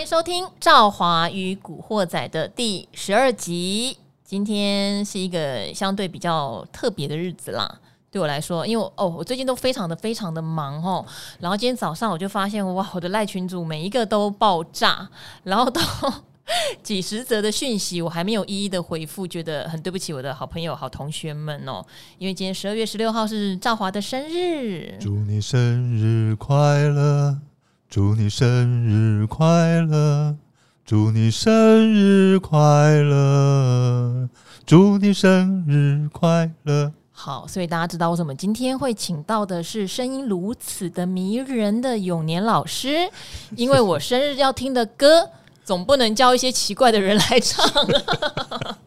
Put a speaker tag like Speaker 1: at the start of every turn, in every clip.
Speaker 1: 迎收听《赵华与古惑仔》的第十二集。今天是一个相对比较特别的日子啦，对我来说，因为我哦，我最近都非常的非常的忙哦。然后今天早上我就发现，哇，我的赖群组每一个都爆炸，然后到 几十则的讯息，我还没有一一的回复，觉得很对不起我的好朋友、好同学们哦。因为今天十二月十六号是赵华的生日，
Speaker 2: 祝你生日快乐，祝你生日快乐，祝你生日快乐，祝你生日快乐。
Speaker 1: 好，所以大家知道为什么今天会请到的是声音如此的迷人的永年老师，因为我生日要听的歌，总不能叫一些奇怪的人来唱。啊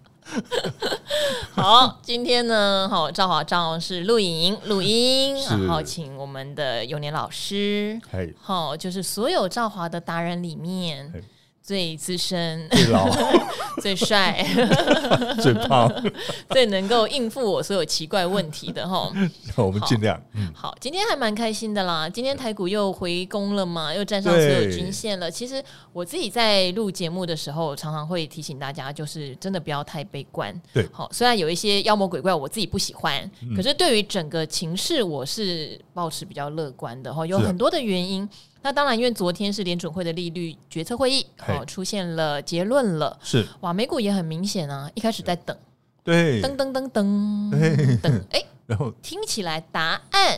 Speaker 1: 好，今天呢，好，赵华赵是录影录音，
Speaker 2: 是
Speaker 1: 然后请我们的永年老师，
Speaker 2: 嘿，
Speaker 1: 好，就是所有赵华的达人里面
Speaker 2: 嘿
Speaker 1: 最资深、
Speaker 2: 最老
Speaker 1: 最帅、
Speaker 2: 最 胖，
Speaker 1: 最能够应付我所有奇怪问题的哈。
Speaker 2: 我们尽量。嗯，
Speaker 1: 好，今天还蛮开心的啦。今天台股又回攻了嘛，又站上所有均线了。其实我自己在录节目的时候，常常会提醒大家，就是真的不要太悲观。
Speaker 2: 对嗯
Speaker 1: 好，虽然有一些妖魔鬼怪我自己不喜欢，可是对于整个情势，我是保持比较乐观的哈。哦有
Speaker 2: 是啊
Speaker 1: 很多的原因。那当然，因为昨天是联准会的利率决策会议，
Speaker 2: 嘿
Speaker 1: 好出现了结论了。
Speaker 2: 是
Speaker 1: 哇，美股也很明显啊，一开始在等，
Speaker 2: 对，
Speaker 1: 噔噔 噔噔
Speaker 2: 对
Speaker 1: 等，哎。
Speaker 2: 然后
Speaker 1: 听起来答案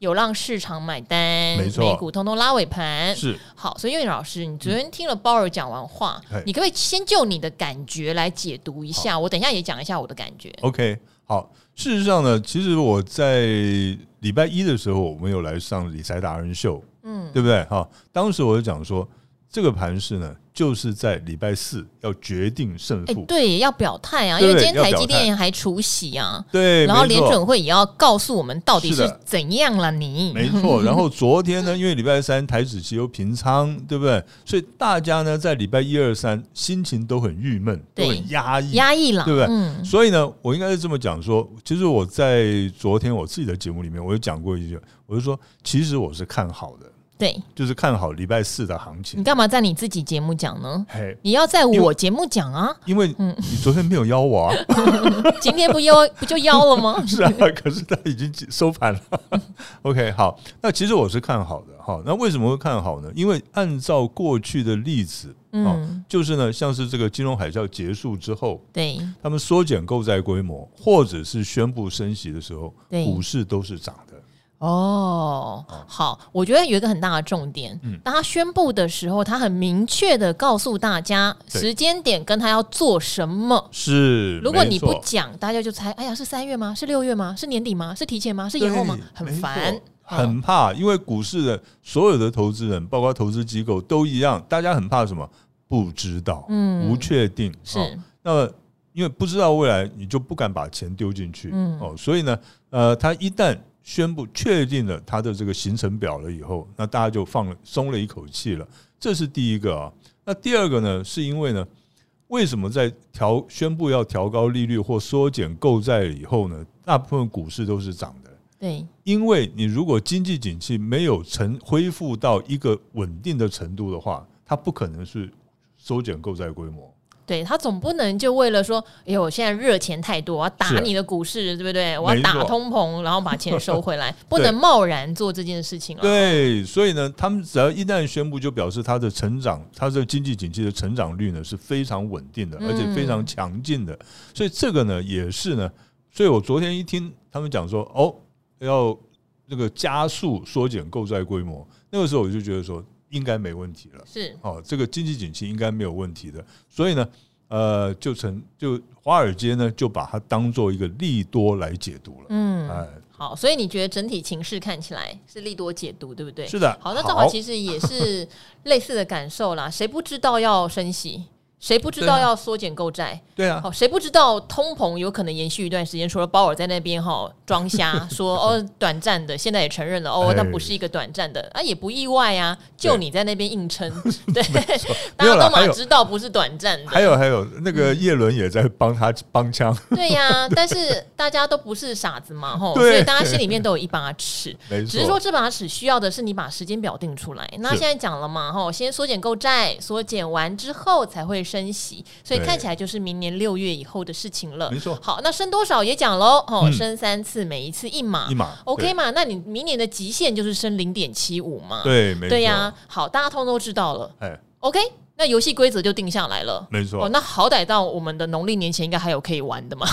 Speaker 1: 有让市场买单，
Speaker 2: 没错
Speaker 1: 美股通通拉尾盘。
Speaker 2: 是
Speaker 1: 好，所以岳老师，你昨天听了鲍尔讲完话，
Speaker 2: 嘿
Speaker 1: 你可不可以先就你的感觉来解读一下？我等一下也讲一下我的感觉。
Speaker 2: OK，好。事实上呢，其实我在礼拜一的时候，我们有来上理财达人秀，
Speaker 1: 嗯，
Speaker 2: 对不对？哈，当时我就讲说，这个盘势呢，就是在礼拜四要决定胜
Speaker 1: 哎、
Speaker 2: 负。
Speaker 1: 对，要表态啊，因
Speaker 2: 对
Speaker 1: 为今天
Speaker 2: 要
Speaker 1: 台
Speaker 2: 表
Speaker 1: 积
Speaker 2: 态
Speaker 1: 电还除夕啊，
Speaker 2: 对，
Speaker 1: 然后
Speaker 2: 没
Speaker 1: 联
Speaker 2: 错
Speaker 1: 准会也要告诉我们到底
Speaker 2: 是
Speaker 1: 是
Speaker 2: 的
Speaker 1: 怎样了你。
Speaker 2: 没错，然后昨天呢，因为礼拜三台指期有平仓，对不对？所以大家呢在礼拜一二三心情都很郁闷，
Speaker 1: 对
Speaker 2: 都很压抑。
Speaker 1: 压抑了，
Speaker 2: 对不对
Speaker 1: 嗯，
Speaker 2: 所以呢，我应该是这么讲说，其实我在昨天我自己的节目里面，我有讲过一句，我就说，其实我是看好的，
Speaker 1: 对
Speaker 2: 就是看好礼拜四的行
Speaker 1: 你
Speaker 2: 情。
Speaker 1: 干嘛在你自己节目讲呢？
Speaker 2: 嘿，
Speaker 1: 你要在
Speaker 2: 因
Speaker 1: 我节目讲啊，
Speaker 2: 因为你昨天没有邀我啊，
Speaker 1: 今天不邀不就邀了吗？
Speaker 2: 是啊，可是它已经收盘了。OK，好，
Speaker 1: 嗯
Speaker 2: 那其实我是看好的哈。那为什么会看好呢？因为按照过去的例子，哦
Speaker 1: 嗯
Speaker 2: 就是呢，像是这个金融海啸结束之后，
Speaker 1: 对，
Speaker 2: 他们缩减购债规模，或者是宣布升息的时候，
Speaker 1: 对
Speaker 2: 股市都是涨的。
Speaker 1: 哦，好，我觉得有一个很大的重点，
Speaker 2: 嗯
Speaker 1: 当他宣布的时候，他很明确的告诉大家
Speaker 2: 对
Speaker 1: 时间点跟他要做什么。
Speaker 2: 是，
Speaker 1: 如果
Speaker 2: 没
Speaker 1: 你不
Speaker 2: 错
Speaker 1: 讲，大家就猜，哎呀，是三月吗？是六月吗？是年底吗？是提前吗？是延后吗
Speaker 2: 对？
Speaker 1: 很
Speaker 2: 没错
Speaker 1: 烦，嗯
Speaker 2: 很怕，因为股市的所有的投资人，包括投资机构都一样，大家很怕什么？不知道，
Speaker 1: 嗯
Speaker 2: 无确定，哦
Speaker 1: 是，
Speaker 2: 那么因为不知道未来，你就不敢把钱丢进去，
Speaker 1: 嗯
Speaker 2: 哦，所以呢，呃，他一旦宣布确定了他的这个行程表了以后，那大家就放了松了一口气了，这是第一个啊。那第二个呢，是因为呢，为什么在调宣布要调高利率或缩减购债以后呢，大部分股市都是涨的？
Speaker 1: 对，
Speaker 2: 因为你如果经济景气没有成恢复到一个稳定的程度的话，它不可能是缩减购债规模。
Speaker 1: 对他总不能就为了说，哎呦，我现在热钱太多，我要打
Speaker 2: 是
Speaker 1: 你的股市，对不对？我要
Speaker 2: 没
Speaker 1: 打
Speaker 2: 错
Speaker 1: 通膨，然后把钱收回 来，不能贸然做这件事情啊。
Speaker 2: 对，所以呢，他们只要一旦宣布，就表示它的成长，它的经济景气的成长率呢是非常稳定的，
Speaker 1: 嗯
Speaker 2: 而且非常强劲的。所以这个呢，也是呢，所以我昨天一听他们讲说，哦，要那个加速缩减购债规模，那个时候我就觉得说，应该没问题了。
Speaker 1: 是，
Speaker 2: 哦，这个经济景气应该没有问题的。所以呢，呃，就成就华尔街呢就把它当做一个利多来解读了。
Speaker 1: 嗯，
Speaker 2: 哎，
Speaker 1: 好，所以你觉得整体情势看起来是利多解读，对不对？
Speaker 2: 是的
Speaker 1: 好，那正好
Speaker 2: 好
Speaker 1: 其实也是类似的感受啦。谁不知道要升息？谁不知
Speaker 2: 对
Speaker 1: 道
Speaker 2: 啊
Speaker 1: 要缩减购债？
Speaker 2: 对啊，
Speaker 1: 好，谁不知道通膨有可能延续一段时间？除了鲍尔在那边哈装 瞎说哦短暂的，现在也承认了哦
Speaker 2: 哎，
Speaker 1: 那不是一个短暂的啊，也不意外啊。就你在那边硬 撑，对，大
Speaker 2: 没有
Speaker 1: 家
Speaker 2: 啦
Speaker 1: 都
Speaker 2: 还
Speaker 1: 嘛
Speaker 2: 有
Speaker 1: 知道不是短暂的，
Speaker 2: 还有还有，那个
Speaker 1: 嗯
Speaker 2: 叶伦也在帮他帮腔，
Speaker 1: 对呀、但是大家都不是傻子嘛，吼，
Speaker 2: 对
Speaker 1: 所以大家心里面都有一把尺。
Speaker 2: 没
Speaker 1: 只是说
Speaker 2: 错，
Speaker 1: 这把尺需要的是你把时间表定出来。那
Speaker 2: 是
Speaker 1: 现在讲了嘛，吼，先缩减购债，缩减完之后才会升息，所以
Speaker 2: 对
Speaker 1: 看起来就是明年六月以后的事情了
Speaker 2: 没。错，
Speaker 1: 好，那升多少也讲喽，哦，
Speaker 2: 嗯
Speaker 1: 升三次，每一次一码
Speaker 2: 一码
Speaker 1: ，OK 嘛？那你明年的极限就是升零点七五嘛？
Speaker 2: 对，没错，
Speaker 1: 对呀、好，大家通通都知道了
Speaker 2: 哎，
Speaker 1: ，OK，那游戏规则就定下来了。
Speaker 2: 没
Speaker 1: 哦，
Speaker 2: 错，
Speaker 1: 那好歹到我们的农历年前应该还有可以玩的嘛。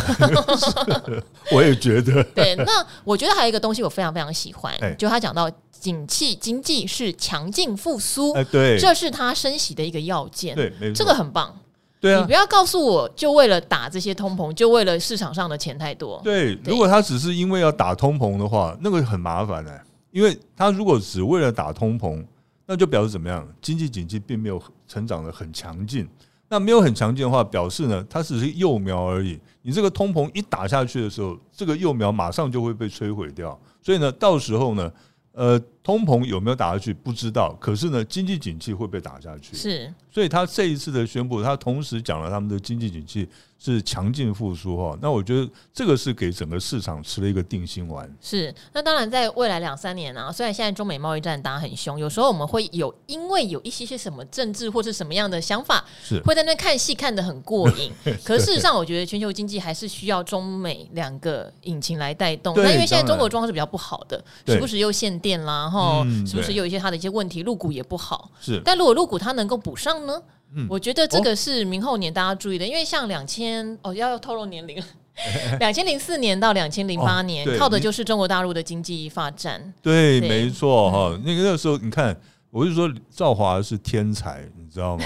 Speaker 2: 我也觉得，
Speaker 1: 对，那我觉得还有一个东西我非常非常喜欢，
Speaker 2: 哎
Speaker 1: 就他讲到景气经济是强劲复苏，
Speaker 2: 哎，对，
Speaker 1: 这是他升息的一个要件。
Speaker 2: 对，没错，
Speaker 1: 这个很棒。
Speaker 2: 对
Speaker 1: 你
Speaker 2: 啊
Speaker 1: 不，要告诉我就为了打这些通膨，就为了市场上的钱太多。
Speaker 2: 对，如果他只是因为要打通膨的话，那个很麻烦哎、因为他如果只为了打通膨，那就表示怎么样？经济景气并没有成长的很强劲。那没有很强劲的话，表示呢，它只是幼苗而已。你这个通膨一打下去的时候，这个幼苗马上就会被摧毁掉。所以呢，到时候呢，呃，通膨有没有打下去不知道，可是呢，经济景气会被打下去。
Speaker 1: 是
Speaker 2: 所以他这一次的宣布，他同时讲了他们的经济景气是强劲复苏哈。那我觉得这个是给整个市场吃了一个定心丸。
Speaker 1: 是，那当然，在未来两三年啊，虽然现在中美贸易战打很凶，有时候我们会有因为有一些些什么政治或是什么样的想法，
Speaker 2: 是
Speaker 1: 会在那看戏看得很过 瘾。可是事实上，我觉得全球经济还是需要中美两个引擎来带动。
Speaker 2: 对
Speaker 1: 那因为现在
Speaker 2: 当
Speaker 1: 中国
Speaker 2: 然
Speaker 1: 状况是比较不好的，
Speaker 2: 对
Speaker 1: 时不时又限电啦，哈、
Speaker 2: 嗯
Speaker 1: 时不时
Speaker 2: 对
Speaker 1: 有一些它的一些问题，入股也不好。
Speaker 2: 是，
Speaker 1: 但如果入股它能够补上呢？
Speaker 2: 嗯
Speaker 1: 我觉得这个是明后年大家注意的，因为像两千哦，要透露年龄了。 两千零四年到两千零八
Speaker 2: 哦
Speaker 1: 年，
Speaker 2: 对
Speaker 1: 靠的
Speaker 2: 你
Speaker 1: 就是中国大陆的经济发展。
Speaker 2: 对，
Speaker 1: 对
Speaker 2: 没错哈。那个那个时候，你看，我就说赵华是天才，你知道吗？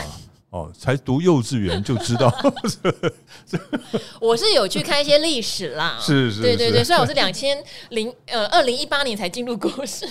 Speaker 2: 哦，才读幼稚园就知道，
Speaker 1: 我是有去看一些历史啦，
Speaker 2: 是是
Speaker 1: 对对
Speaker 2: 是
Speaker 1: 对，虽然我是两千零呃二零一八年才进入股市，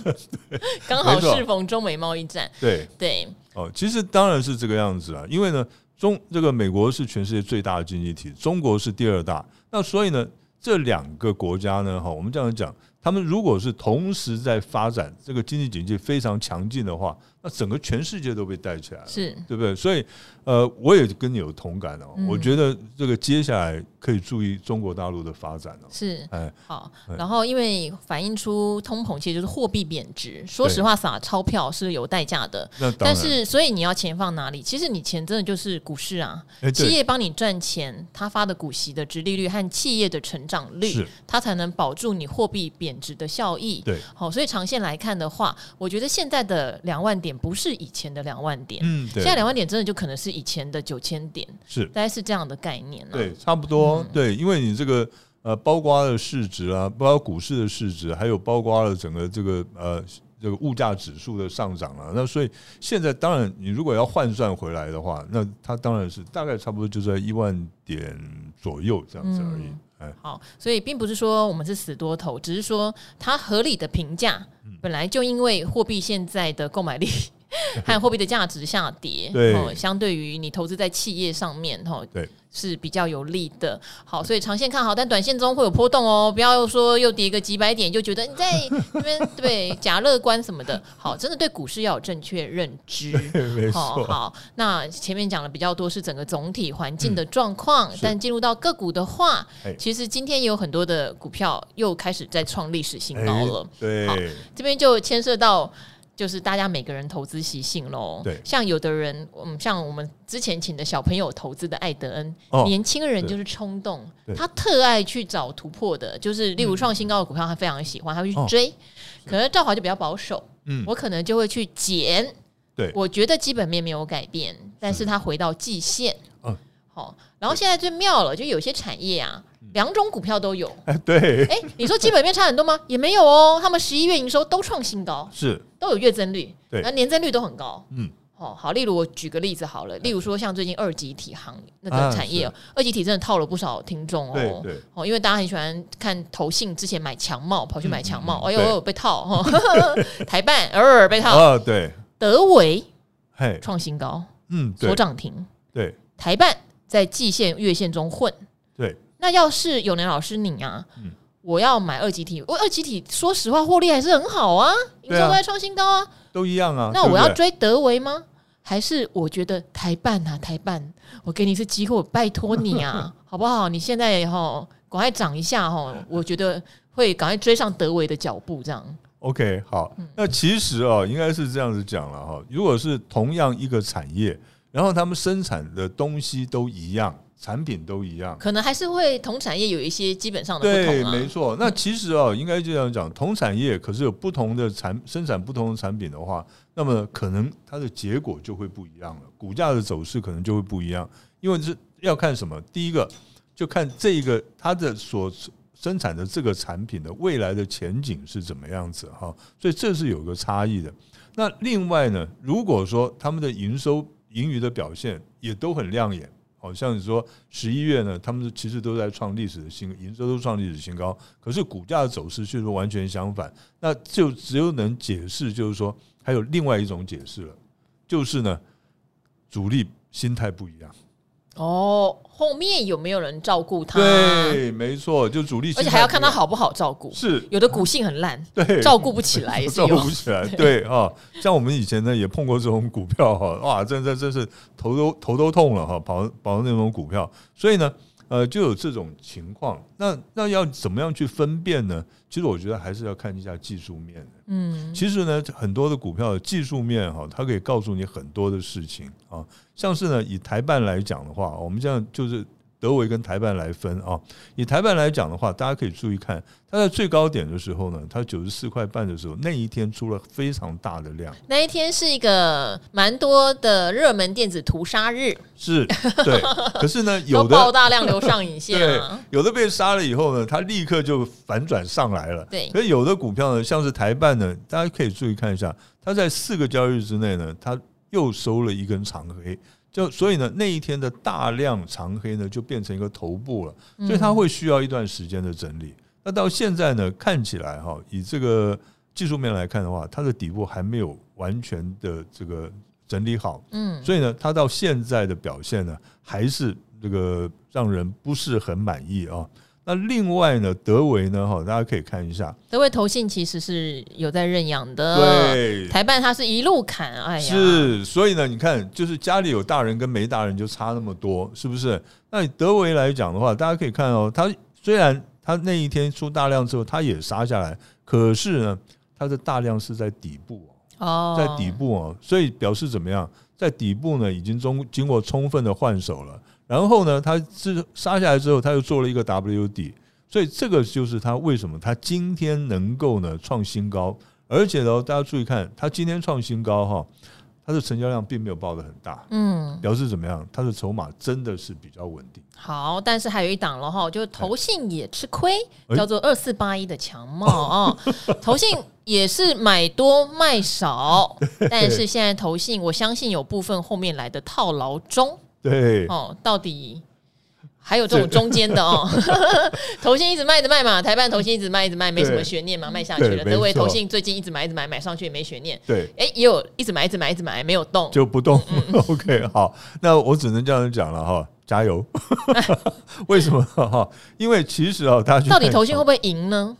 Speaker 1: 刚好
Speaker 2: 没错
Speaker 1: 适逢中美贸易战，
Speaker 2: 对
Speaker 1: 对，
Speaker 2: 哦，其实当然是这个样子啊，因为呢，中这个美国是全世界最大的经济体，中国是第二大，那所以呢，这两个国家呢，哈，我们这样讲，他们如果是同时在发展，这个经济景气非常强劲的话，那整个全世界都被带起来了。
Speaker 1: 是
Speaker 2: 对不对？所以，呃，我也跟你有同感哦。
Speaker 1: 嗯
Speaker 2: 我觉得这个接下来可以注意中国大陆的发展哦。
Speaker 1: 是。
Speaker 2: 哎，
Speaker 1: 好
Speaker 2: 对，
Speaker 1: 然后因为反映出通膨其实就是货币贬值，说
Speaker 2: 对
Speaker 1: 实话，撒钞票是有代价的。
Speaker 2: 那当
Speaker 1: 但
Speaker 2: 然，
Speaker 1: 是，所以你要钱放哪里？其实你钱真的就是股市啊，
Speaker 2: 哎，
Speaker 1: 企
Speaker 2: 对，
Speaker 1: 业帮你赚钱，它发的股息的值利率和企业的成长率
Speaker 2: 是，
Speaker 1: 它才能保住你货币贬值的效益。
Speaker 2: 对，
Speaker 1: 好，所以长线来看的话，我觉得现在的两万点不是以前的两万点，
Speaker 2: 嗯，
Speaker 1: 现在
Speaker 2: 对，
Speaker 1: 两万点真的就可能是以前的九千点，
Speaker 2: 是。
Speaker 1: 大概是这样的概念、啊。
Speaker 2: 对，差不多。对，因为你这个呃，包括了市值啊，包括股市的市值，还有包括了整个这个呃这个物价指数的上涨啊。那所以现在当然，你如果要换算回来的话，那它当然是大概差不多就在一万点左右这样子而已。
Speaker 1: 嗯
Speaker 2: 哎，
Speaker 1: 好，所以并不是说我们是死多头，只是说它合理的评价，
Speaker 2: 嗯
Speaker 1: 本来就因为货币现在的购 买力。和货币的价值下跌，
Speaker 2: 对
Speaker 1: 哦，相对于你投资在企业上面，哦，
Speaker 2: 对，
Speaker 1: 是比较有利的。好，所以长线看好，但短线中会有波动哦，不要说又跌个几百点就觉得你在那边对假乐观什么的。好，真的对股市要有正确认知。
Speaker 2: 没
Speaker 1: 好
Speaker 2: 错，
Speaker 1: 哦好，那前面讲的比较多是整个总体环境的状况，
Speaker 2: 嗯是
Speaker 1: 但进入到个股的话
Speaker 2: 哎，
Speaker 1: 其实今天也有很多的股票又开始在创历史新高了。好
Speaker 2: 哎对，
Speaker 1: 这边就牵涉到。就是大家每个人投资习性喽，
Speaker 2: 对
Speaker 1: 像有的人，嗯，像我们之前请的小朋友投资的艾德恩，
Speaker 2: 哦
Speaker 1: 年轻人
Speaker 2: 对
Speaker 1: 就是冲动，
Speaker 2: 对嗯
Speaker 1: 他特爱去找突破的，就是例如创新高的股票，他非常喜欢，他会去追。可能赵华就比较保守，
Speaker 2: 哦嗯，
Speaker 1: 我可能就会去减。
Speaker 2: 对
Speaker 1: 我觉得基本面没有改变，但是它回到季线。
Speaker 2: 嗯
Speaker 1: 好、然后现在最妙了，就有些产业啊，
Speaker 2: 嗯
Speaker 1: 两种股票都有。
Speaker 2: 哎，对，
Speaker 1: 哎，你说基本面差很多吗？也没有哦，他们十一月营收都创新高，
Speaker 2: 是，
Speaker 1: 都有月增率，
Speaker 2: 对
Speaker 1: 那年增率都很高。
Speaker 2: 嗯，哎
Speaker 1: 哦，好，例如我举个例子好了，例如说像最近二级体行那
Speaker 2: 啊
Speaker 1: 个产业、哦，二级体真的套了不少听众哦。
Speaker 2: 对对。
Speaker 1: 哦，因为大家很喜欢看投信，之前买强茂，跑去买强茂，
Speaker 2: 嗯
Speaker 1: 哎呦，
Speaker 2: 对
Speaker 1: 我有被套哦， 台办偶尔被套，
Speaker 2: 啊，对，
Speaker 1: 德维
Speaker 2: 嘿，
Speaker 1: 创新高，
Speaker 2: 嗯，
Speaker 1: 所
Speaker 2: 对，
Speaker 1: 涨停，
Speaker 2: 对
Speaker 1: 台办在季线、月线中混。
Speaker 2: 对，
Speaker 1: 那要是永年老师你啊，
Speaker 2: 嗯
Speaker 1: 我要买二级体，我二级体说实话获利还是很好啊，营
Speaker 2: 对啊
Speaker 1: 收都在创新高啊。
Speaker 2: 都一样啊。
Speaker 1: 那
Speaker 2: 对不
Speaker 1: 我要
Speaker 2: 对
Speaker 1: 追德维吗？还是我觉得台办啊，台办，我给你一次机会，我拜托你啊， 好不好？你现在哈，赶快涨一下哈，我觉得会赶快追上德维的脚步，这样。
Speaker 2: OK，好，那其实啊，应该是这样子讲了哈。如果是同样一个产业，然后他们生产的东西都一样，产品都一样，
Speaker 1: 可能还是会同产业有一些基本上的不
Speaker 2: 对，
Speaker 1: 同
Speaker 2: 没
Speaker 1: 啊。
Speaker 2: 错。那其实啊，应该这样讲，同产业可是有不同的产生产不同的产品的话，那么可能它的结果就会不一样了，股价的走势可能就会不一样，因为这要看什么？第一个就看这一个它的所生产的这个产品的未来的前景是怎么样子哈，所以这是有个差异的。那另外呢，如果说他们的营收盈余的表现也都很亮眼，好像你说十一月呢，他们其实都在创历史的新营收都创历史新高，可是股价的走势却是完全相反，那就只有能解释就是说还有另外一种解释了，就是呢主力心态不一样，
Speaker 1: 哦，后面有没有人照顾他？，
Speaker 2: 对，没错，就主力心态
Speaker 1: 而且还要看他好不好照顾。
Speaker 2: 是
Speaker 1: 有的股性很烂，
Speaker 2: 对
Speaker 1: 照顾不起来 也是
Speaker 2: 照顾
Speaker 1: 有
Speaker 2: 不。起来，对啊、像我们以前呢也碰过这种股票哈，哇，真真真是头都头都痛了哈，跑跑那种股票，所以呢，呃，就有这种情况。那那要怎么样去分辨呢？其实我觉得还是要看一下技术面的。
Speaker 1: 嗯，
Speaker 2: 其实呢，很多的股票的技术面哈，它可以告诉你很多的事情啊。像是呢，以台办来讲的话，我们这样就是德维跟台办来分啊。以台办来讲的话，大家可以注意看，它在最高点的时候呢，它九十四块半的时候，那一天出了非常大的量，
Speaker 1: 那一天是一个蛮多的热门电子屠杀日，
Speaker 2: 是对。可是呢，有
Speaker 1: 都爆
Speaker 2: 的
Speaker 1: 大量流上影线
Speaker 2: 对
Speaker 1: 啊。，
Speaker 2: 有的被杀了以后呢，它立刻就反转上来了。
Speaker 1: 对
Speaker 2: 可是有的股票呢，像是台办呢，大家可以注意看一下，它在四个交易日之内呢，它又收了一根长黑，就所以呢，那一天的大量长黑呢，就变成一个头部了，
Speaker 1: 嗯
Speaker 2: 所以它会需要一段时间的整理。那到现在呢，看起来哈，以这个技术面来看的话，它的底部还没有完全的这个整理好，
Speaker 1: 嗯，
Speaker 2: 所以呢，它到现在的表现呢，还是这个让人不是很满意啊。那另外呢，德维呢，哈，大家可以看一下，
Speaker 1: 德位投信其实是有在认养的，
Speaker 2: 对，
Speaker 1: 台办它是一路砍，哎呀，
Speaker 2: 是，所以呢，你看，就是家里有大人跟没大人就差那么多，是不是？那以德维来讲的话，大家可以看哦，它虽然它那一天出大量之后，它也杀下来，可是呢，它的大量是在底部哦、
Speaker 1: 哦，
Speaker 2: 在底部哦，所以表示怎么样？在底部呢，已经中经过充分的换手了。然后呢，他是杀下来之后，他又做了一个 W 底，所以这个就是他为什么他今天能够呢创新高，而且呢，大家注意看，他今天创新高哈，它的成交量并没有爆得很大，
Speaker 1: 嗯，
Speaker 2: 表示怎么样？它的筹码真的是比较稳定。
Speaker 1: 好，但是还有一档了哈，就投信也吃亏，
Speaker 2: 哎
Speaker 1: 叫做二四八一的强茂 啊、投信也是买多卖少，但是现在投信我相信有部分后面来的套牢中
Speaker 2: 对，
Speaker 1: 哦，到底。还有这种中间的哦， 投信一直卖着卖嘛，台办投信一直卖一直卖，没什么
Speaker 2: 对
Speaker 1: 悬念嘛，卖下去了。
Speaker 2: 对没
Speaker 1: 德维投
Speaker 2: 错
Speaker 1: 信最近一直买一直买，买上去也没悬念。
Speaker 2: 对，
Speaker 1: 哎，也有一直买一直买一直买没有动，
Speaker 2: 就不动。OK，好，
Speaker 1: 嗯
Speaker 2: 那我只能这样讲了哈，加油！为什么哈？因为其实啊，大家去
Speaker 1: 到底
Speaker 2: 看
Speaker 1: 投信会不会赢呢？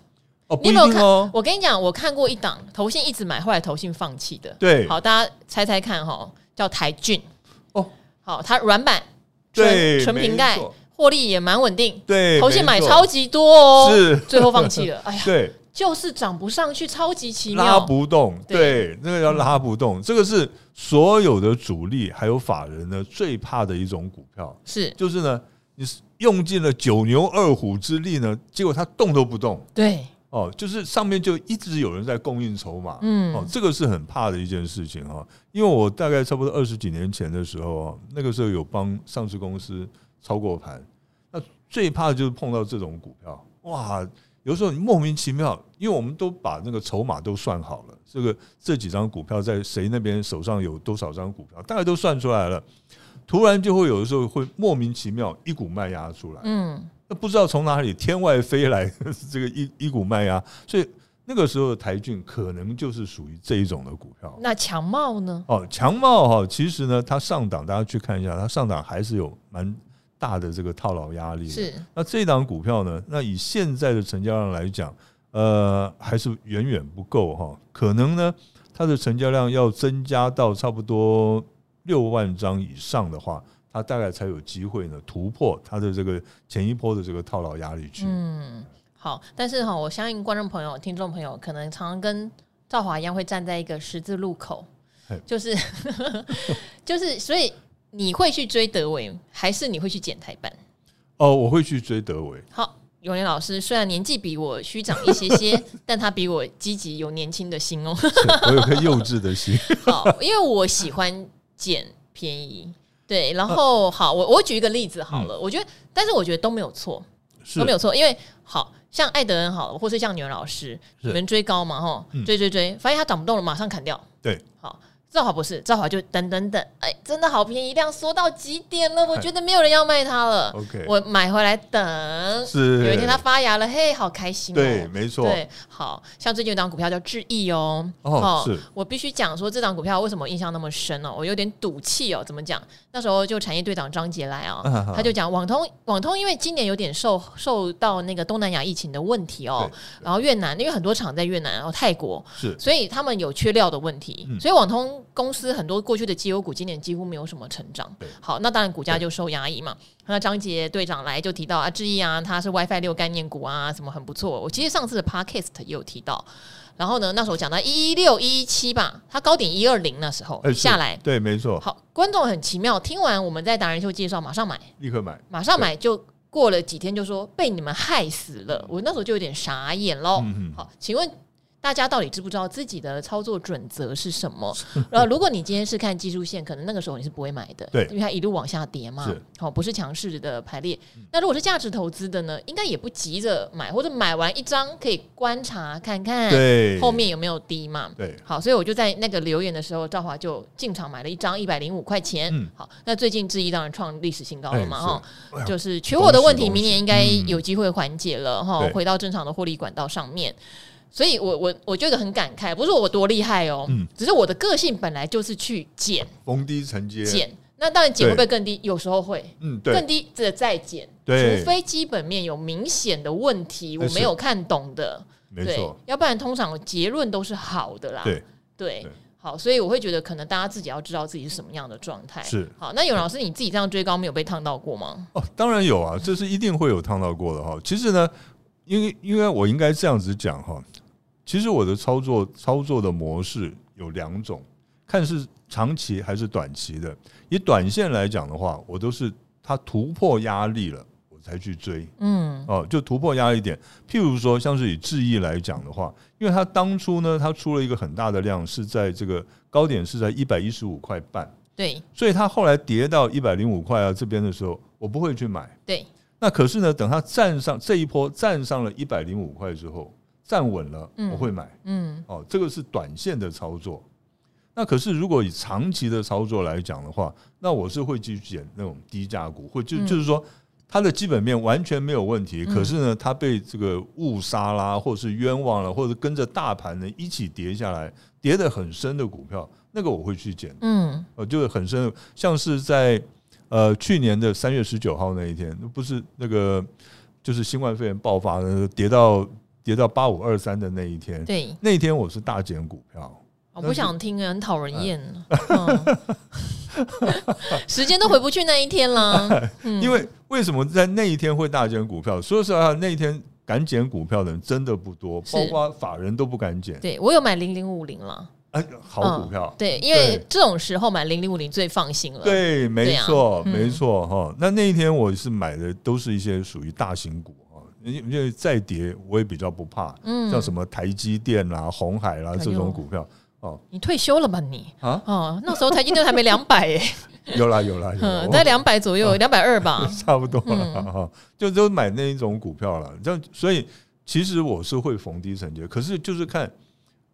Speaker 2: 哦，
Speaker 1: 你有
Speaker 2: 不一
Speaker 1: 没有
Speaker 2: 定
Speaker 1: 看？
Speaker 2: 哦。
Speaker 1: 我跟你讲，我看过一档投信一直买，后来投信放弃的。
Speaker 2: 对，
Speaker 1: 好，大家猜猜看哈、叫台俊
Speaker 2: 哦，
Speaker 1: 好，它软板纯
Speaker 2: 对
Speaker 1: 纯瓶盖
Speaker 2: 没错，
Speaker 1: 获利也蛮稳定，
Speaker 2: 对，
Speaker 1: 投信
Speaker 2: 没
Speaker 1: 买
Speaker 2: 错
Speaker 1: 超级多哦，
Speaker 2: 是
Speaker 1: 最后放弃了。哎呀，
Speaker 2: 对，
Speaker 1: 就是涨不上去，超级奇
Speaker 2: 拉
Speaker 1: 妙。
Speaker 2: 不动，
Speaker 1: 对
Speaker 2: 对，那个叫拉不动，这个是所有的主力还有法人呢最怕的一种股票，
Speaker 1: 是
Speaker 2: 就是呢，你是用尽了九牛二虎之力呢，结果它动都不动。
Speaker 1: 对，
Speaker 2: 哦，就是上面就一直有人在供应筹码，
Speaker 1: 嗯
Speaker 2: 哦，这个是很怕的一件事情哦，因为我大概差不多二十几年前的时候哦，那个时候有帮上市公司操过盘，那最怕的就是碰到这种股票，哇，有时候你莫名其妙，因为我们都把那个筹码都算好了，这个这几张股票在谁那边手上有多少张股票，大概都算出来了，突然就会有的时候会莫名其妙一股卖压出来，
Speaker 1: 嗯，
Speaker 2: 那不知道从哪里天外飞来这个一一股卖压，所以那个时候的台骏可能就是属于这一种的股票。
Speaker 1: 那强茂呢？
Speaker 2: 哦，强茂哈，其实呢，它上档大家去看一下，它上档还是有蛮大的这个套牢压力的。
Speaker 1: 是
Speaker 2: 那这档股票呢，那以现在的成交量来讲，呃，还是远远不够哈。可能呢，它的成交量要增加到差不多六万张以上的话，它大概才有机会呢突破它的这个前一波的这个套牢压力区。
Speaker 1: 嗯，好，但是哈、我相信观众朋友、听众朋友可能常常跟赵华一样，会站在一个十字路口
Speaker 2: 嘿，
Speaker 1: 就是 就是，所以你会去追德维，还是你会去捡台版？
Speaker 2: 哦，我会去追德维。
Speaker 1: 好，永年老师虽然年纪比我虚长一些 些，但他比我积极有年轻的心哦。
Speaker 2: 我有颗幼稚 的心。
Speaker 1: 好，因为我喜欢捡便宜。对，然
Speaker 2: 呃
Speaker 1: 后好，我我举一个例子好了，我觉得，但是我觉得都没有错，
Speaker 2: 嗯是
Speaker 1: 都没有错，因为好像艾德恩好了，或是像牛老师，
Speaker 2: 是
Speaker 1: 你们追高嘛，吼，
Speaker 2: 嗯
Speaker 1: 追追追，发现它涨不动了，马上砍掉。
Speaker 2: 对，
Speaker 1: 好，赵华不是，赵华就等等等，哎，真的好便宜，量缩到极点了，我
Speaker 2: 哎
Speaker 1: 觉得没有人要卖它了
Speaker 2: OK
Speaker 1: 我买回来等，
Speaker 2: 是
Speaker 1: 有一天它发芽了，嘿，好开心、哦，
Speaker 2: 对，没错，
Speaker 1: 对，好像最近有档股票叫智易哦，
Speaker 2: 哦是
Speaker 1: 我必须讲说这档股票为什么印象那么深哦，我有点赌气哦，怎么讲？那时候就产业队长张杰来哦，
Speaker 2: 啊哈
Speaker 1: 他就讲网通，网通因为今年有点受受到那个东南亚疫情的问题哦
Speaker 2: 对对，
Speaker 1: 然后越南因为很多厂在越南，然后泰国。
Speaker 2: 是
Speaker 1: 所以他们有缺料的问题，
Speaker 2: 嗯
Speaker 1: 所以网通公司很多过去的绩优股今年几乎没有什么成长
Speaker 2: 对。
Speaker 1: 好，那当然股价就受压抑嘛。那张杰队长来就提到啊，志毅啊，它是 WiFi 六概念股啊，什么很不错。我其实上次的 Podcast 也有提到。然后呢，那时候讲到一一六一一七吧，它高点一二零那时候、
Speaker 2: 哎是
Speaker 1: 下来。
Speaker 2: 对，没错，
Speaker 1: 好，观众很奇妙，听完我们在达人秀介绍，马上买，
Speaker 2: 立刻买。
Speaker 1: 马上买就过了几天就说被你们害死了，我那时候就有点傻眼喽。
Speaker 2: 嗯嗯，
Speaker 1: 好，请问大家到底知不知道自己的操作准则是什么？然后，如果你今天是看技术线，可能那个时候你是不会买的，
Speaker 2: 对
Speaker 1: 因为它一路往下跌嘛
Speaker 2: 是，嗯
Speaker 1: 好、不是强势的排列。那如果是价值投资的呢，应该也不急着买，或者买完一张可以观察看看，
Speaker 2: 对，
Speaker 1: 嗯后面有没有低嘛。
Speaker 2: 对
Speaker 1: 好，所以我就在那个留言的时候，赵华就进场买了一张一百零五块钱。
Speaker 2: 嗯
Speaker 1: 好，那最近智易当然创历史新高了嘛，
Speaker 2: 哎
Speaker 1: 哈、
Speaker 2: 是哎呀
Speaker 1: 就是缺货的问题，
Speaker 2: 恭喜
Speaker 1: 明年应该
Speaker 2: 嗯
Speaker 1: 有机会缓解了哈、
Speaker 2: 对
Speaker 1: 回到正常的获利管道上面。所以我我我觉得很感慨，不是我多厉害哦，
Speaker 2: 嗯
Speaker 1: 只是我的个性本来就是去减
Speaker 2: 逢低承接。
Speaker 1: 减，那当然减
Speaker 2: 对
Speaker 1: 会不会更低？有时候会
Speaker 2: 嗯，
Speaker 1: 更
Speaker 2: 对，
Speaker 1: 低，这再减，
Speaker 2: 对
Speaker 1: 除非基本面有明显的问题，
Speaker 2: 哎
Speaker 1: 我
Speaker 2: 是
Speaker 1: 没有看懂的，
Speaker 2: 没
Speaker 1: 对
Speaker 2: 错，，
Speaker 1: 要不然通常结论都是好的啦。
Speaker 2: 对，
Speaker 1: 对，
Speaker 2: 对
Speaker 1: 好，所以我会觉得可能大家自己要知道自己是什么样的状态。
Speaker 2: 是
Speaker 1: 好，那有老师你自己这样追高没有被烫到过吗？
Speaker 2: 哦，当然有啊，这是一定会有烫到过的哈。其实呢，因为因为我应该这样子讲哈，其实我的操作操作的模式有两种，看是长期还是短期的。以短线来讲的话，我都是它突破压力了，我才去追。
Speaker 1: 嗯，
Speaker 2: 哦，就突破压力点。譬如说，像是以智易来讲的话，因为它当初呢，它出了一个很大的量，是在这个高点是在一百一十五块半，
Speaker 1: 对
Speaker 2: 所以它后来跌到一百零五块啊这边的时候，我不会去买。
Speaker 1: 对，
Speaker 2: 那可是呢，等它站上这一波站上了一百零五块之后，站稳了，
Speaker 1: 嗯
Speaker 2: 我会买。
Speaker 1: 嗯
Speaker 2: 哦，这个是短线的操作。那可是如果以长期的操作来讲的话，那我是会去捡那种低价股，或就、
Speaker 1: 嗯
Speaker 2: 就是说它的基本面完全没有问题，
Speaker 1: 嗯
Speaker 2: 可是呢，它被这个误杀啦，或者是冤枉了，或者跟着大盘呢一起跌下来，跌得很深的股票，那个我会去捡。
Speaker 1: 嗯，
Speaker 2: 呃，就是很深，像是在呃去年的三月十九号那一天，不是那个就是新冠肺炎爆发的跌到跌到八五二三的那一天，
Speaker 1: 对，
Speaker 2: 那一天我是大减股票，
Speaker 1: 我不想听，很讨人
Speaker 2: 哎
Speaker 1: 厌。 嗯，时间都回不去那一天
Speaker 2: 哎
Speaker 1: 啦。嗯
Speaker 2: 因为为什么在那一天会大减股票？说实话，那一天敢减股票的人真的不多，
Speaker 1: 是
Speaker 2: 包括法人都不敢减。
Speaker 1: 对我有买零零五零了，
Speaker 2: 哎，好股票
Speaker 1: 嗯，对，因为
Speaker 2: 对
Speaker 1: 这种时候买零零五零最放心了。，
Speaker 2: 对，没错，
Speaker 1: 嗯
Speaker 2: 没错哈。那那一天我是买的都是一些属于大型股啊，因因为再跌我也比较不怕，
Speaker 1: 嗯
Speaker 2: 像什么台积电啦、红海啦
Speaker 1: 哎呦
Speaker 2: 这种股票哦
Speaker 1: 你退休了吧你？
Speaker 2: 啊，
Speaker 1: 哦，那时候台积电还没两百 耶，
Speaker 2: 有啦有 啦有啦
Speaker 1: 嗯，，
Speaker 2: 我。
Speaker 1: 在两嗯百左右，两百二吧
Speaker 2: 啊差不多了哈，就都买那一种股票了。这样，所以其实我是会逢低承接，可是就是看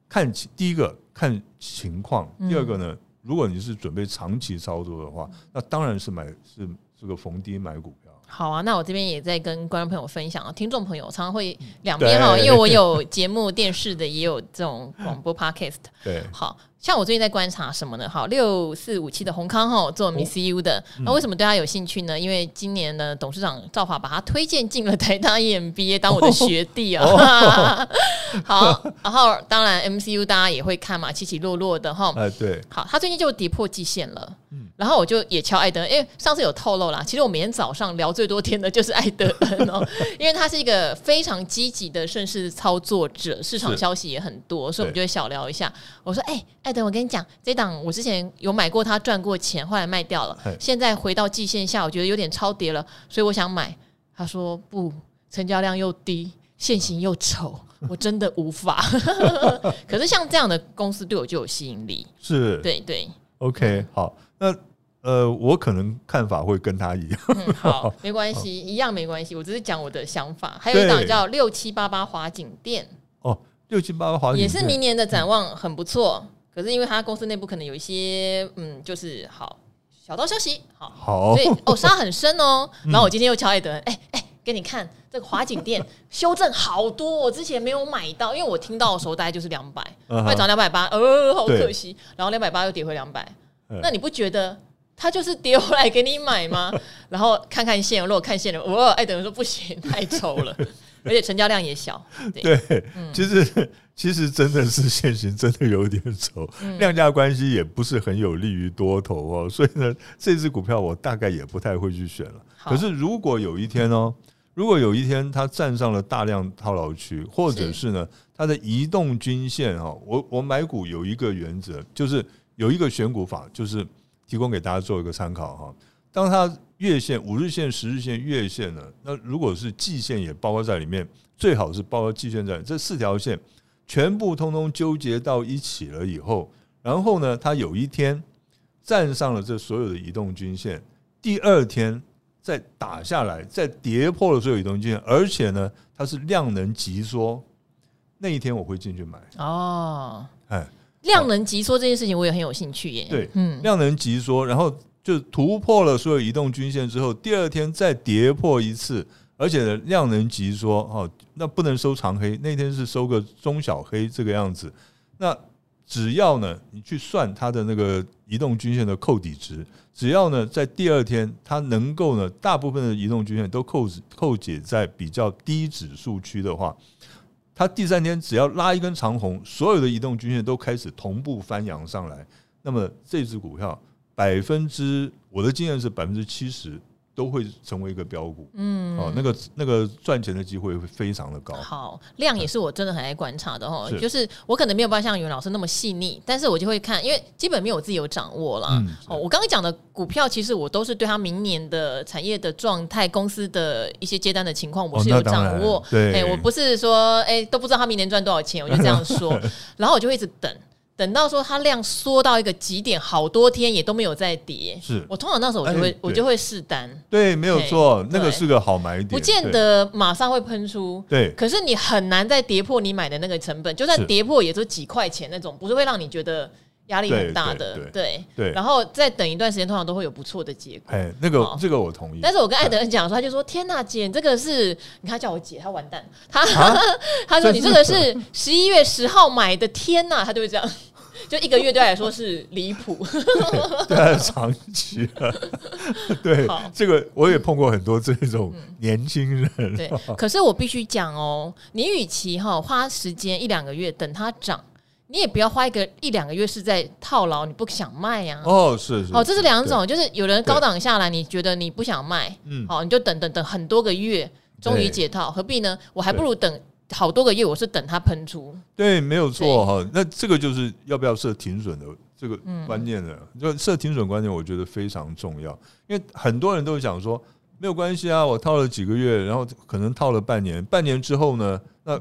Speaker 2: 看其第一个看情况，
Speaker 1: 嗯
Speaker 2: 第二个呢，如果你是准备长期操作的话，那当然是买是这个逢低买股票。
Speaker 1: 好啊，那我这边也在跟观众朋友分享啊，听众朋友常常会两
Speaker 2: 对
Speaker 1: 边哈，因为我有节目、电视的，也有这种广播 podcast。
Speaker 2: 对，
Speaker 1: 好像我最近在观察什么呢？好，六四五七的宏康哈，做 MCU E 的，那、为什么对他有兴趣呢？因为今年呢，董事长赵华把他推荐进了台大 E EMBA 当我的学弟啊。 好，然后当然 MCU 大家也会看嘛，起起落落的哈。
Speaker 2: 哎对，嗯
Speaker 1: 好，他最近就跌破季线了，然后我就也敲艾德恩，因为上次有透露啦，其实我每天早上聊最多天的就是艾德恩 哦，因为他是一个非常积极的顺势操作者，市场
Speaker 2: 是
Speaker 1: 消息也很多，所以我们就会小聊一下。我说，哎、艾德，我跟你讲，这档我之前有买过，他赚过钱，后来卖掉了
Speaker 2: 嘿，
Speaker 1: 现在回到季线下，我觉得有点超跌了，所以我想买。他说不，成交量又低，现行又丑，我真的无法。 可是像这样的公司对我就有吸引力。
Speaker 2: 是，
Speaker 1: 对嗯对，
Speaker 2: OK，好，那呃，我可能看法会跟他一样。
Speaker 1: 嗯，好，没关系，一样没关系。我只是讲我的想法。还有一档
Speaker 2: 对
Speaker 1: 叫六七八八华景店，
Speaker 2: 哦六七八八华景
Speaker 1: 也是
Speaker 2: 店
Speaker 1: 明年的展望很不错，可是因为它公司内部可能有一些嗯，就是好小道消息，好，
Speaker 2: 好
Speaker 1: 所以哦杀很深哦。
Speaker 2: 嗯
Speaker 1: 然后我今天又敲艾德，哎哎。给你看这个华景店 修正好多，我之前没有买到，因为我听到的时候大概就是两百、
Speaker 2: 嗯哼
Speaker 1: 快涨两百八，呃，好可
Speaker 2: 对
Speaker 1: 惜。然后两百八又跌回两百、
Speaker 2: 嗯
Speaker 1: 那你不觉得他就是跌回来给你买吗？ 然后看看线，如果看线了，我艾德说不行，太丑 了，而且成交量也小。
Speaker 2: 对，
Speaker 1: 嗯
Speaker 2: 其实其实真的是现行真的有点丑，
Speaker 1: 嗯
Speaker 2: 量价关系也不是很有利于多头哦，所以呢，这只股票我大概也不太会去选了。
Speaker 1: 好
Speaker 2: 可是如果有一天哦，如果有一天它站上了大量套牢区，或者
Speaker 1: 是
Speaker 2: 是呢它的移动均线哈、哦，我我买股有一个原则，就是有一个选股法，就是提供给大家做一个参考哈、当它月线、五日线、十日线、月线呢，那如果是季线也包括在里面，最好是包括季线在里这四条线全部通通纠结到一起了以后，然后呢，它有一天站上了这所有的移动均线，第二天再打下来，再跌破了所有移动均线，而且呢，它是量能急缩，那一天我会进去买，
Speaker 1: 哦，
Speaker 2: 哎，
Speaker 1: 量能急缩这件事情我也很有兴趣耶。
Speaker 2: 对
Speaker 1: 嗯，
Speaker 2: 量能急缩，然后就突破了所有移动均线之后，第二天再跌破一次，而且呢量能急缩哦，那不能收长黑，那天是收个中小黑这个样子。那只要呢，你去算它的那个移动均线的扣底值，只要呢在第二天它能够呢，大部分的移动均线都扣止扣解在比较低指数区的话，它第三天只要拉一根长红，所有的移动均线都开始同步翻扬上来，那么这只股票百分之我的经验是百分之七十都会成为一个标股，嗯，哦，那个那个赚钱的机会会非常的高，
Speaker 1: 好，量也是我真的很爱观察的哦。
Speaker 2: 哦是
Speaker 1: 就是我可能没有办法像袁老师那么细腻，但是我就会看，因为基本面我自己有掌握啦。
Speaker 2: 嗯
Speaker 1: 哦，我刚刚讲的股票，其实我都是对它明年的产业的状态、公司的一些接单的情况，我是有
Speaker 2: 哦那当
Speaker 1: 掌
Speaker 2: 然
Speaker 1: 握。
Speaker 2: 对，
Speaker 1: 哎、我不是说哎、都不知道他明年赚多少 钱，我就这样说，然后我就会一直等，等到说它量缩到一个极点，好多天也都没有再跌。
Speaker 2: 是
Speaker 1: 我通常那时候我就会、
Speaker 2: 哎
Speaker 1: 我
Speaker 2: 对
Speaker 1: 就会试单，
Speaker 2: 对，没有
Speaker 1: 对
Speaker 2: 错，那
Speaker 1: 对
Speaker 2: 个是个好买点，
Speaker 1: 不见
Speaker 2: 对
Speaker 1: 得马上会喷出。
Speaker 2: 对
Speaker 1: 可是你很难再跌破你买的那个成本，就算
Speaker 2: 是
Speaker 1: 跌破也就几块钱那种，不是会让你觉得压力很大的。
Speaker 2: 对对
Speaker 1: 对
Speaker 2: 对
Speaker 1: 然后再等一段时间，通常都会有不错的结果。
Speaker 2: 哎，那个
Speaker 1: 好
Speaker 2: 这个我同意。
Speaker 1: 哦但是我跟艾德恩讲的时候，他就说：“天呐，姐，你这个是……你看，他叫我姐，他完蛋。他、
Speaker 2: 啊
Speaker 1: 他 说
Speaker 2: 真的
Speaker 1: 你这个是十一月十号买的，天呐，他就会这样， 就一个月对他来说是离谱。
Speaker 2: 对啊，长期了。 对
Speaker 1: 好，嗯
Speaker 2: 这个我也碰过很多这种年轻人。
Speaker 1: 对，可是我必须讲哦，你与其哈、花时间一两个月等它涨，你也不要花一个一两个月是在套牢，你不想卖呀、
Speaker 2: 哦，是是
Speaker 1: 哦，这是两
Speaker 2: 对
Speaker 1: 种，就是有人高档下来，你觉得你不想卖，
Speaker 2: 嗯
Speaker 1: 好，你就等等等很多个月，终于
Speaker 2: 对
Speaker 1: 解套，何必呢？我还不如等好多个月，我是等它喷出。
Speaker 2: 对，没有错哈。那这个就是要不要设停损的这个观念了。
Speaker 1: 嗯
Speaker 2: 就设停损观念，我觉得非常重要，因为很多人都想说没有关系啊，我套了几个月，然后可能套了半年，半年之后呢，那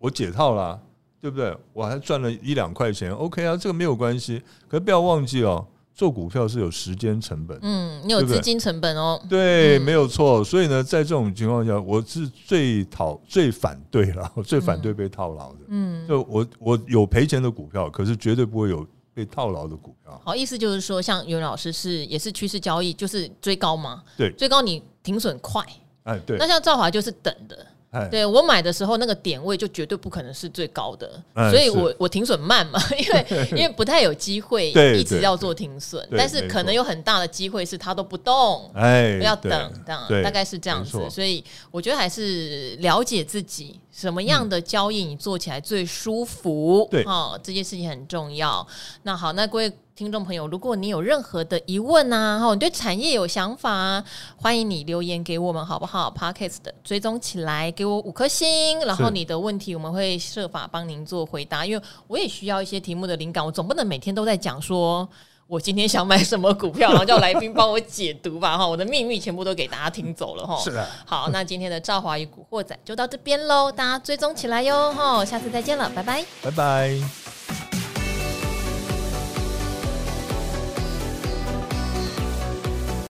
Speaker 2: 我解套啦、对不对？我还赚了一两块钱，OK 啊，这个没有关系。可是不要忘记哦，做股票是有时间成本的。
Speaker 1: 嗯，你有
Speaker 2: 对不对
Speaker 1: 资金成本哦。
Speaker 2: 对，
Speaker 1: 嗯
Speaker 2: 没有错。所以呢，在这种情况下，我是最讨、最反对了， 我最反对被套牢的。
Speaker 1: 嗯，
Speaker 2: 就我我有赔钱的股票，可是绝对不会有被套牢的股票。
Speaker 1: 好，意思就是说，像袁老师是也是趋势交易，就是追高嘛。
Speaker 2: 对
Speaker 1: 追高你停损快。
Speaker 2: 哎，对
Speaker 1: 那，像兆华就是等的，
Speaker 2: 哎，
Speaker 1: 对我买的时候那个点位就绝对不可能是最高的，
Speaker 2: 嗯
Speaker 1: 所以我我停损慢嘛， 因为 因为不太有机会
Speaker 2: 对
Speaker 1: 一直要做停损，
Speaker 2: 对
Speaker 1: 但
Speaker 2: 没
Speaker 1: 是
Speaker 2: 错
Speaker 1: 可能有很大的机会是它都不动，
Speaker 2: 哎，
Speaker 1: 要
Speaker 2: 对
Speaker 1: 等，这样
Speaker 2: 对
Speaker 1: 大概是这样子
Speaker 2: 没。错
Speaker 1: 所以我觉得还是了解自己什么样的交易你做起来最舒服，
Speaker 2: 嗯对
Speaker 1: 哦，这件事情很重要。那好，那各位。听众朋友，如果你有任何的疑问啊，哈，你对产业有想法啊，欢迎你留言给我们，好不好？Podcast 的追踪起来，给我五颗星，然后
Speaker 2: 是
Speaker 1: 你的问题我们会设法帮您做回答，因为我也需要一些题目的灵感，我总不能每天都在讲说我今天想买什么股票，然后叫来宾帮我解读吧，哈，我的秘密全部都给大家听走了，哈。
Speaker 2: 是的，
Speaker 1: 好，那今天的赵华与古惑仔就到这边喽，大家追踪起来哟，哈，下次再见了，拜拜。
Speaker 2: 拜拜。